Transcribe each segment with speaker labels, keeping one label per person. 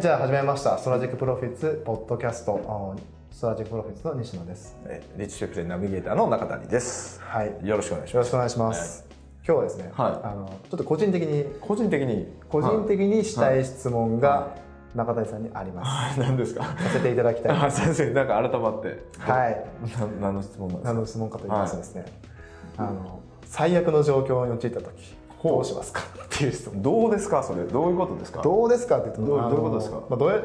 Speaker 1: じゃあ始めましたストラテジックプロフィッツポッドキャストストラテジックプロフィッツの西野です
Speaker 2: えーリッチシェフレナビゲーターの中谷です。
Speaker 1: はいよ
Speaker 2: よろしくお願いしま
Speaker 1: ろ
Speaker 2: す。
Speaker 1: しくお願いします、今日はですね、
Speaker 2: は
Speaker 1: あのちょっと個人的に
Speaker 2: 個人的に
Speaker 1: 個人的にしたい質問
Speaker 2: は
Speaker 1: が中谷さんにあります、
Speaker 2: はい何ですか。
Speaker 1: させていただきたい
Speaker 2: あ先生なんか改まって
Speaker 1: はい
Speaker 2: な何の質問なんですか。
Speaker 1: 何の質問かと言いますとですね、あの最悪の状況に陥った時どうしますかっていう質問
Speaker 2: どうですかそれどういうことですか。
Speaker 1: どうですかって言うと
Speaker 2: どう
Speaker 1: あの
Speaker 2: どういうことですか
Speaker 1: まあどうや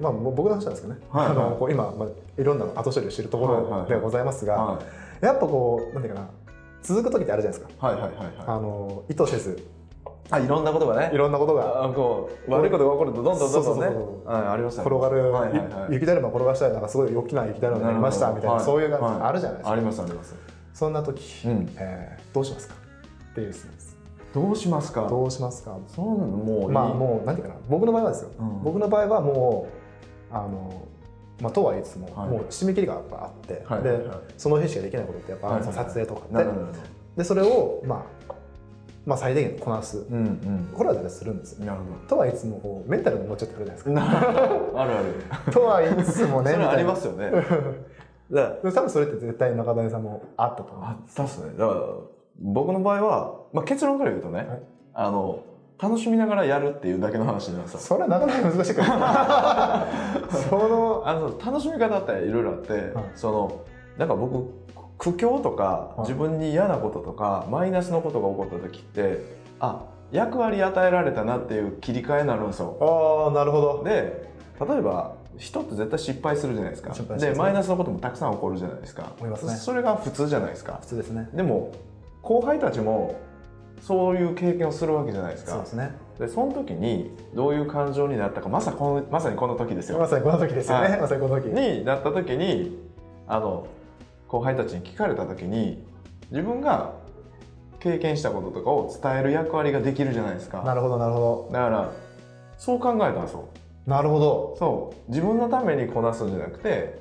Speaker 1: まあ、もう僕の話なんですけどね、
Speaker 2: はいはい
Speaker 1: あのこう今、まあ、いろんな後処理をしてるとこ
Speaker 2: はい
Speaker 1: ろ
Speaker 2: はい
Speaker 1: ではございますが、
Speaker 2: は
Speaker 1: やっぱこうなんていうかな続く時ってあるじゃないですか、
Speaker 2: いはいはいはいはい。
Speaker 1: あの意図せず
Speaker 2: あいろんなことがね。
Speaker 1: いろんなことが
Speaker 2: あこう悪いことが起こるとどんどんど
Speaker 1: そう
Speaker 2: んどんね
Speaker 1: そうそうそう
Speaker 2: はいありますね
Speaker 1: 転がる、
Speaker 2: はいはいはい
Speaker 1: ゆ雪だるま転がしたりなんかすごい大きな雪だるまになりましたみたいな、
Speaker 2: は
Speaker 1: そういうの
Speaker 2: は
Speaker 1: があるじゃないですか、
Speaker 2: ありますあります
Speaker 1: そんな時、
Speaker 2: うん
Speaker 1: えーどうしますかっていう質問です
Speaker 2: どうしますか
Speaker 1: どうしますか
Speaker 2: そうなのもういい
Speaker 1: まあもう何ていうかな僕の場合はですよ、
Speaker 2: うん
Speaker 1: 僕の場合はもうあのまあとはいつも、
Speaker 2: はい
Speaker 1: もう締め切りがやっぱあって、
Speaker 2: はい
Speaker 1: で、
Speaker 2: はいはい
Speaker 1: その日しかできないことってやっぱ、
Speaker 2: はいはいはい
Speaker 1: 撮影とかって、
Speaker 2: なるほどなるほど
Speaker 1: でそれを、まあ、まあ最低限こなす
Speaker 2: うんうん
Speaker 1: これは絶対するんですよ
Speaker 2: なる
Speaker 1: とはいつもこうメンタルに乗っちゃってくるじゃない
Speaker 2: ほど
Speaker 1: で
Speaker 2: なるほどあるある
Speaker 1: すか とはいつもね
Speaker 2: それありますすよ ねだから
Speaker 1: 多分それって絶対中谷さんもあったと思う
Speaker 2: あったっすねだから僕の場合は、まあ、結論から言うとね、
Speaker 1: はい
Speaker 2: あの楽しみながらやるっていうだけの話なんですよ
Speaker 1: それはなかなか難しい からその
Speaker 2: あの楽しみ方っていろいろあって、
Speaker 1: はい
Speaker 2: そのなんか僕苦境とか
Speaker 1: い
Speaker 2: 自分に嫌なこととか、マイナスのことが起こった時ってあ役割与えられたなっていう切り替えになるんですよ。
Speaker 1: ああなるほど
Speaker 2: で例えば人って絶対失敗するじゃないですか
Speaker 1: 失敗します
Speaker 2: で
Speaker 1: ね
Speaker 2: マイナスのこともたくさん起こるじゃないですか
Speaker 1: 思いますね
Speaker 2: それが普通じゃないですか
Speaker 1: 普通ですね
Speaker 2: でも後輩たちもそういう経験をするわけじゃないです
Speaker 1: そう
Speaker 2: か
Speaker 1: ですね
Speaker 2: でその時にどういう感情になったかまさこ のまさにこの時です
Speaker 1: ま
Speaker 2: よ
Speaker 1: さにこの時ですよね、
Speaker 2: はい
Speaker 1: まさにこの時
Speaker 2: になった時にあの後輩たちに聞かれた時に自分が経験したこととかを伝える役割ができるじゃないです
Speaker 1: な
Speaker 2: か
Speaker 1: るほどなるほど
Speaker 2: だからそう考えたんですよ
Speaker 1: なるほど
Speaker 2: そう自分のためにこなすんじゃなくて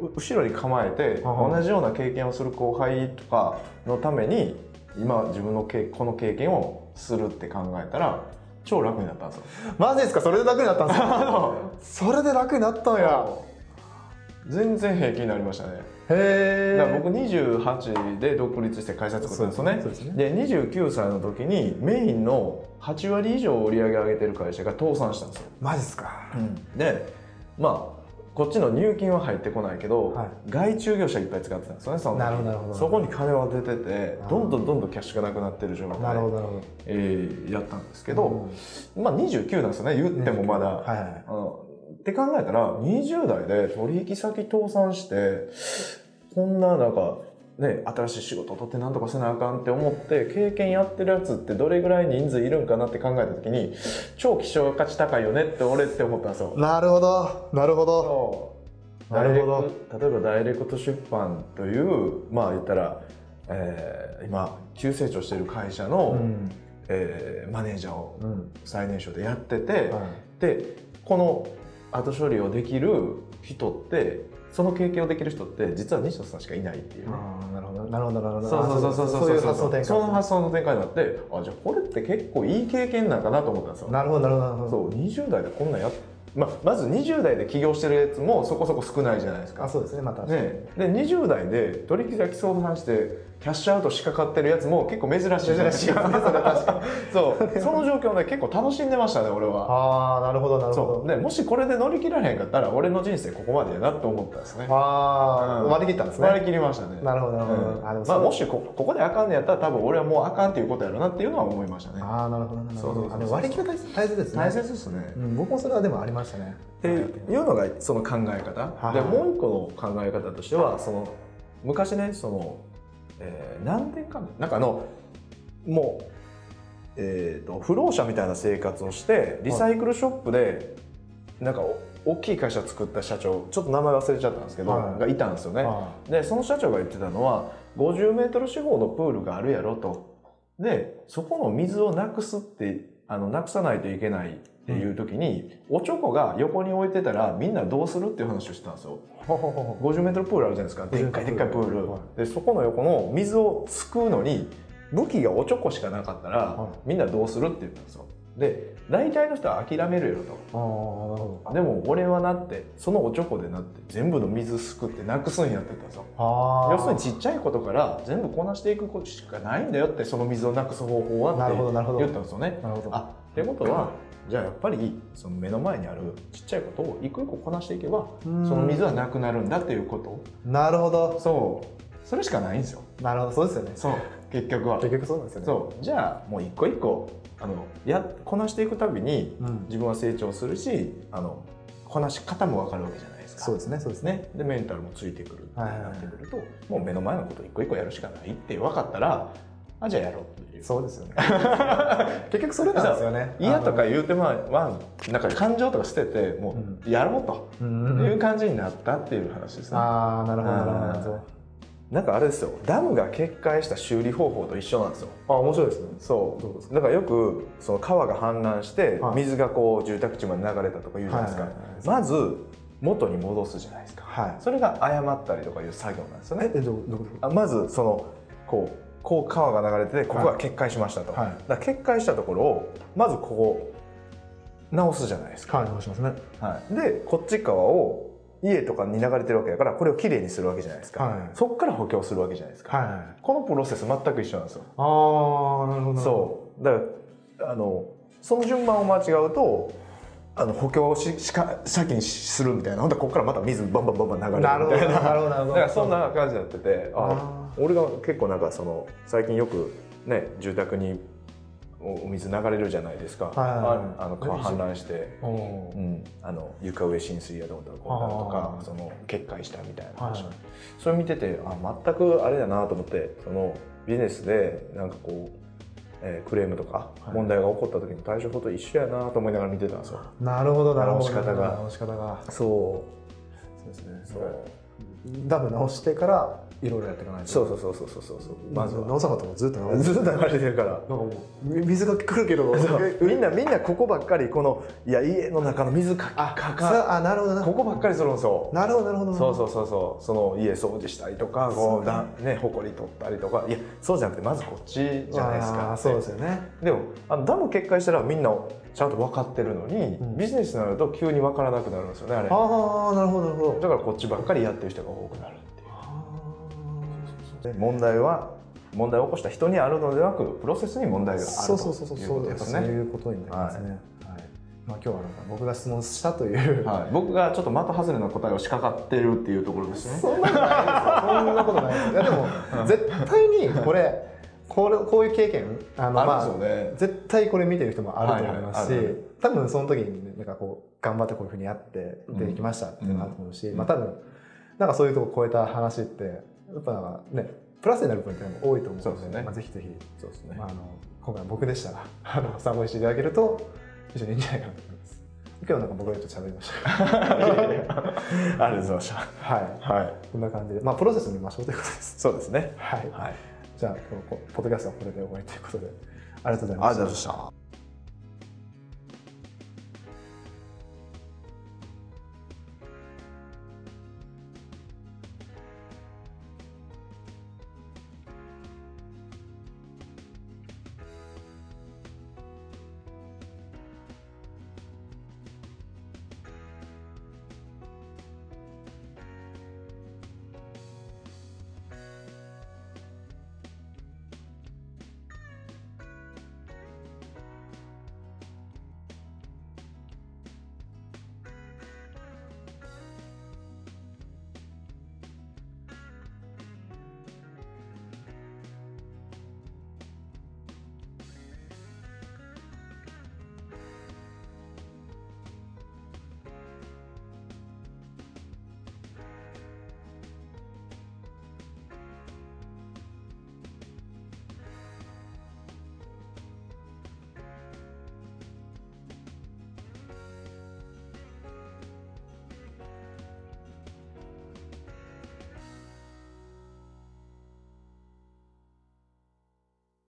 Speaker 2: う後ろに構えて
Speaker 1: はは
Speaker 2: 同じような経験をする後輩とかのために今自分のけこの経験をするって考えたら超楽になったんですよ。
Speaker 1: マジですかそれで楽になったんですか それで楽になったんや
Speaker 2: 全然平気になりましたね。
Speaker 1: へえ
Speaker 2: だから僕28で独立して会社作ったんですよね。
Speaker 1: そうですね
Speaker 2: で29歳の時にメインの8割以上売り上げ上げてる会社が倒産したんですよ。
Speaker 1: マジですか
Speaker 2: でまあこっちの入金は入ってこないけど、
Speaker 1: はい
Speaker 2: 外注業者いっぱい使ってたんですよねその時
Speaker 1: なるほどなるほど
Speaker 2: そこに金は出てて
Speaker 1: あー
Speaker 2: どんどんどんどんキャッシュがなくなってる状
Speaker 1: なるほ
Speaker 2: 態
Speaker 1: ど
Speaker 2: で、
Speaker 1: なるほど
Speaker 2: えーやったんですけど、まあ29なんですよね言ってもまだ、
Speaker 1: はいはいはい
Speaker 2: あのって考えたら20代で取引先倒産してこんななんかね新しい仕事取ってなんとかせなあかんって思って経験やってるやつってどれぐらい人数いるんかなって考えた時に超希少価値高いよねって俺って思ったんですよ。
Speaker 1: なるほどなるほど
Speaker 2: そう
Speaker 1: なるほど
Speaker 2: ダイレクト例えばダイレクト出版というまあ言ったら、えー今急成長している会社の、
Speaker 1: ん
Speaker 2: えーマネージャーを
Speaker 1: うん
Speaker 2: 最年少でやってて、
Speaker 1: はい
Speaker 2: でこの後処理をできる人ってその経験をできる人って実は西野さんしかいないっていうね、
Speaker 1: あーなるほどなるほどなるほど
Speaker 2: そうそうそうそう
Speaker 1: そういう発想転
Speaker 2: その
Speaker 1: 換
Speaker 2: 発想の転換になってあじゃあこれって結構いい経験なんかなと思ったんですよ。
Speaker 1: なるほどなるほどなるほ
Speaker 2: そ
Speaker 1: ど
Speaker 2: う20代でこんなんやっままず20代で起業してるやつもそこそこ少ないじゃないですか
Speaker 1: あそうですねまた
Speaker 2: ね、で20代で取引先相談してキャッシュアウトしかかってるやつも結構珍しいじゃないですか
Speaker 1: 珍しいですねそれは確
Speaker 2: そうその状況で結構楽しんでましたね俺は
Speaker 1: ああなるほどなる
Speaker 2: そ
Speaker 1: ほ
Speaker 2: うでもしこれで乗り切らへんかったら俺の人生ここまでやなって思ったんですね
Speaker 1: どああ
Speaker 2: うん
Speaker 1: 割り切ったんです
Speaker 2: 割
Speaker 1: ね
Speaker 2: り切りましたね
Speaker 1: なるほどなるほど
Speaker 2: うん
Speaker 1: あでもそ
Speaker 2: ま
Speaker 1: う
Speaker 2: あ、もしこここであかんねやったら多分俺はもうあかんっていうことやろなっていうのは思いましたね
Speaker 1: ああなるほどなるほ
Speaker 2: そうそうそ
Speaker 1: どあ
Speaker 2: うそう
Speaker 1: でも割り切り大切大切ですね
Speaker 2: 大切ですね、
Speaker 1: うん僕もそれはでもありましたね
Speaker 2: っていうのがその考え方、
Speaker 1: はい
Speaker 2: でもう一個の考え方としてはその昔ねその、えー何年かななんかあのもう、えー、と不労者みたいな生活をしてリサイクルショップでなんかお大きい会社作った社長ちょっと名前忘れちゃったんですけど、
Speaker 1: はい
Speaker 2: がいたんですよね。
Speaker 1: は
Speaker 2: でその社長が言ってたのは 50m 四方のプールがあるやろとでそこの水をなくすってあのなくさないといけないっていう時に、おちょこが横に置いてたらみんなどうするっていう話をしてたんですよ
Speaker 1: ほほほほ
Speaker 2: 50m プールあるじゃないですかでっかいでっかいプール、
Speaker 1: は
Speaker 2: でそこの横の水をすくうのに武器がおちょこしかなかったら、
Speaker 1: は
Speaker 2: みんなどうするって言ったんですよで大体の人は諦めるよと
Speaker 1: ああなるほ
Speaker 2: でも俺はなってそのおちょこでなって全部の水すくってなくすんやってたぞ
Speaker 1: どああ
Speaker 2: 要するにちっちゃいことから全部こなしていくことしかないんだよってその水をなくす方法は
Speaker 1: なるほど
Speaker 2: って
Speaker 1: なるほど
Speaker 2: 言ったんですよね。
Speaker 1: なるほど
Speaker 2: あってことはじゃあやっぱりその目の前にあるちっちゃいことを一個一個こなしていけば
Speaker 1: そ
Speaker 2: その水はなくなるんだっていうこ
Speaker 1: なるほ
Speaker 2: と
Speaker 1: ど
Speaker 2: そうそれしかないんですよ
Speaker 1: なるほどそうですよね
Speaker 2: そう結局は
Speaker 1: 結局そうなんですよね
Speaker 2: そうじゃあもう一個一個あのやこなしていくたびに
Speaker 1: うん、
Speaker 2: 自分は成長するしあのこなし方も分かるわけじゃないですか
Speaker 1: そうですねそうですね
Speaker 2: ね、でメンタルもついてくるって
Speaker 1: はいはいはい
Speaker 2: なってくると、もう目の前のこと一個一個やるしかないって分かったらあじゃあやろうっていう
Speaker 1: そうですよね結局それなんですよね
Speaker 2: 嫌とか言うてまあまあなんか感情とか捨ててもうやろうと
Speaker 1: あのうんうんうん
Speaker 2: いう感じになったっていう話ですね、
Speaker 1: ああなるほどなるほどなるほ
Speaker 2: なんかあれですよダムが決壊した修理方法と一緒なんですよ
Speaker 1: どあ面白いですね
Speaker 2: そ
Speaker 1: どうです
Speaker 2: うだからよくその川が氾濫して
Speaker 1: はい
Speaker 2: 水がこう住宅地まで流れたとか言うじゃないですか、
Speaker 1: はいはいはい
Speaker 2: まず元に戻すじゃないですか
Speaker 1: は
Speaker 2: それが誤ったりとかいう作業なんですよね
Speaker 1: ええどうどういうこ
Speaker 2: あまずそのこうこう川が流れててここが決壊しましたと、
Speaker 1: はい
Speaker 2: だから決壊したところをまずここ直すじゃないです
Speaker 1: と
Speaker 2: か、
Speaker 1: 管理をしますね
Speaker 2: でこっち側を家とかに流れてるわけだからこれをきれいにするわけじゃないですか、
Speaker 1: はい
Speaker 2: そっから補強するわけじゃないですか、
Speaker 1: はいはいはい
Speaker 2: このプロセス全く一緒なんですよ、
Speaker 1: ああなるほどなるほど
Speaker 2: そうだからあのその順番を間違うとあの補強をししか先にするみたいなほんとここからまた水バンバンバンバン流れるみ
Speaker 1: なるほど
Speaker 2: たいな
Speaker 1: なるほどなるほど
Speaker 2: だからそんな感じになっててあ
Speaker 1: あ
Speaker 2: 俺が結構なんかその最近よくね住宅におお水流れるじゃないですか、
Speaker 1: いはいはい
Speaker 2: ああの川氾濫して、
Speaker 1: おお
Speaker 2: う
Speaker 1: ー
Speaker 2: ん、あの床上浸水やどうだとかと
Speaker 1: あ
Speaker 2: か
Speaker 1: ー
Speaker 2: その決壊したみたいな
Speaker 1: はい
Speaker 2: 話、それ見ててあ全くあれだなと思ってそのビジネスでなんかこう、えークレームとか
Speaker 1: はい
Speaker 2: 問題が起こった時の対処法と一緒やなと思いながら見てたんですよ。
Speaker 1: なるほどなるほど
Speaker 2: 直し方が
Speaker 1: 直し方が
Speaker 2: そう
Speaker 1: そうですね
Speaker 2: そう
Speaker 1: ダブ直してからいろいろやっていかないと
Speaker 2: そうそうそうそうそうそうそうまずは
Speaker 1: 直さなかったもんずっと直
Speaker 2: ず
Speaker 1: す
Speaker 2: っと流れてるから
Speaker 1: なんかもうみ水が来るけど
Speaker 2: そうみんなみんなここばっかりこのいや家の中の水か
Speaker 1: あ
Speaker 2: かか
Speaker 1: さあなるほどな
Speaker 2: ここばっかりするんですよ
Speaker 1: なるほどなるほど
Speaker 2: そうそうそうそうその家掃除したりとかこ
Speaker 1: そう
Speaker 2: うだねほこり取ったりとかいやそうじゃなくてまずこっちじゃないです
Speaker 1: あ
Speaker 2: か
Speaker 1: ーそうですよね
Speaker 2: でもあのダム決壊したらみんなちゃんと分かってるのに、
Speaker 1: うん
Speaker 2: ビジネスになると急に分からなくなるんですよねあれだか
Speaker 1: ああなるほどなるほど
Speaker 2: らこっちばっかりやってる人が多くなるっていう
Speaker 1: あー
Speaker 2: 問題は問題を起こした人にあるのでなくプロセスに問題がある
Speaker 1: そうそうそうそ
Speaker 2: と
Speaker 1: う
Speaker 2: いう
Speaker 1: そ
Speaker 2: こ
Speaker 1: う
Speaker 2: と
Speaker 1: で
Speaker 2: ですす
Speaker 1: ね
Speaker 2: ね
Speaker 1: そういうことになりますね、はいまあ、今日はなんか僕が質問したという、
Speaker 2: はい、僕がちょっと的外れな答えを仕掛かってるっていうところですね。
Speaker 1: そんなことないですよそんなことないですいやでも絶対にこれこれこういう経験あのまあ
Speaker 2: んですよね。
Speaker 1: 絶対これ見てる人もあると思いますし、
Speaker 2: はいはいある
Speaker 1: 多分その時にねなんかこう頑張ってこういうふうにやって出てきましたっていうのがあると思うし、
Speaker 2: うん
Speaker 1: まあ、多分なんかそういうとこ超えた話ってやっぱなんかねプラスになるポイントも多いと思う
Speaker 2: そう
Speaker 1: の
Speaker 2: で
Speaker 1: です
Speaker 2: ね
Speaker 1: まあ、ぜひぜひ、
Speaker 2: そうですね
Speaker 1: まあ、あの今回僕でしたら あの参考にしていただけると非常にいいんじゃないかなと思います。今日なんか僕がちょっと喋りました。
Speaker 2: ありがとうございました。
Speaker 1: はい、
Speaker 2: はい、
Speaker 1: こんな感じで、まあプロセス見ましょうということです。
Speaker 2: そうですね。
Speaker 1: はい、
Speaker 2: はい、あり
Speaker 1: じゃあこのポッドキャストはこれで終わりということで、ありがとうござい
Speaker 2: がと
Speaker 1: ま
Speaker 2: う
Speaker 1: し
Speaker 2: ご
Speaker 1: た
Speaker 2: ざい。ました。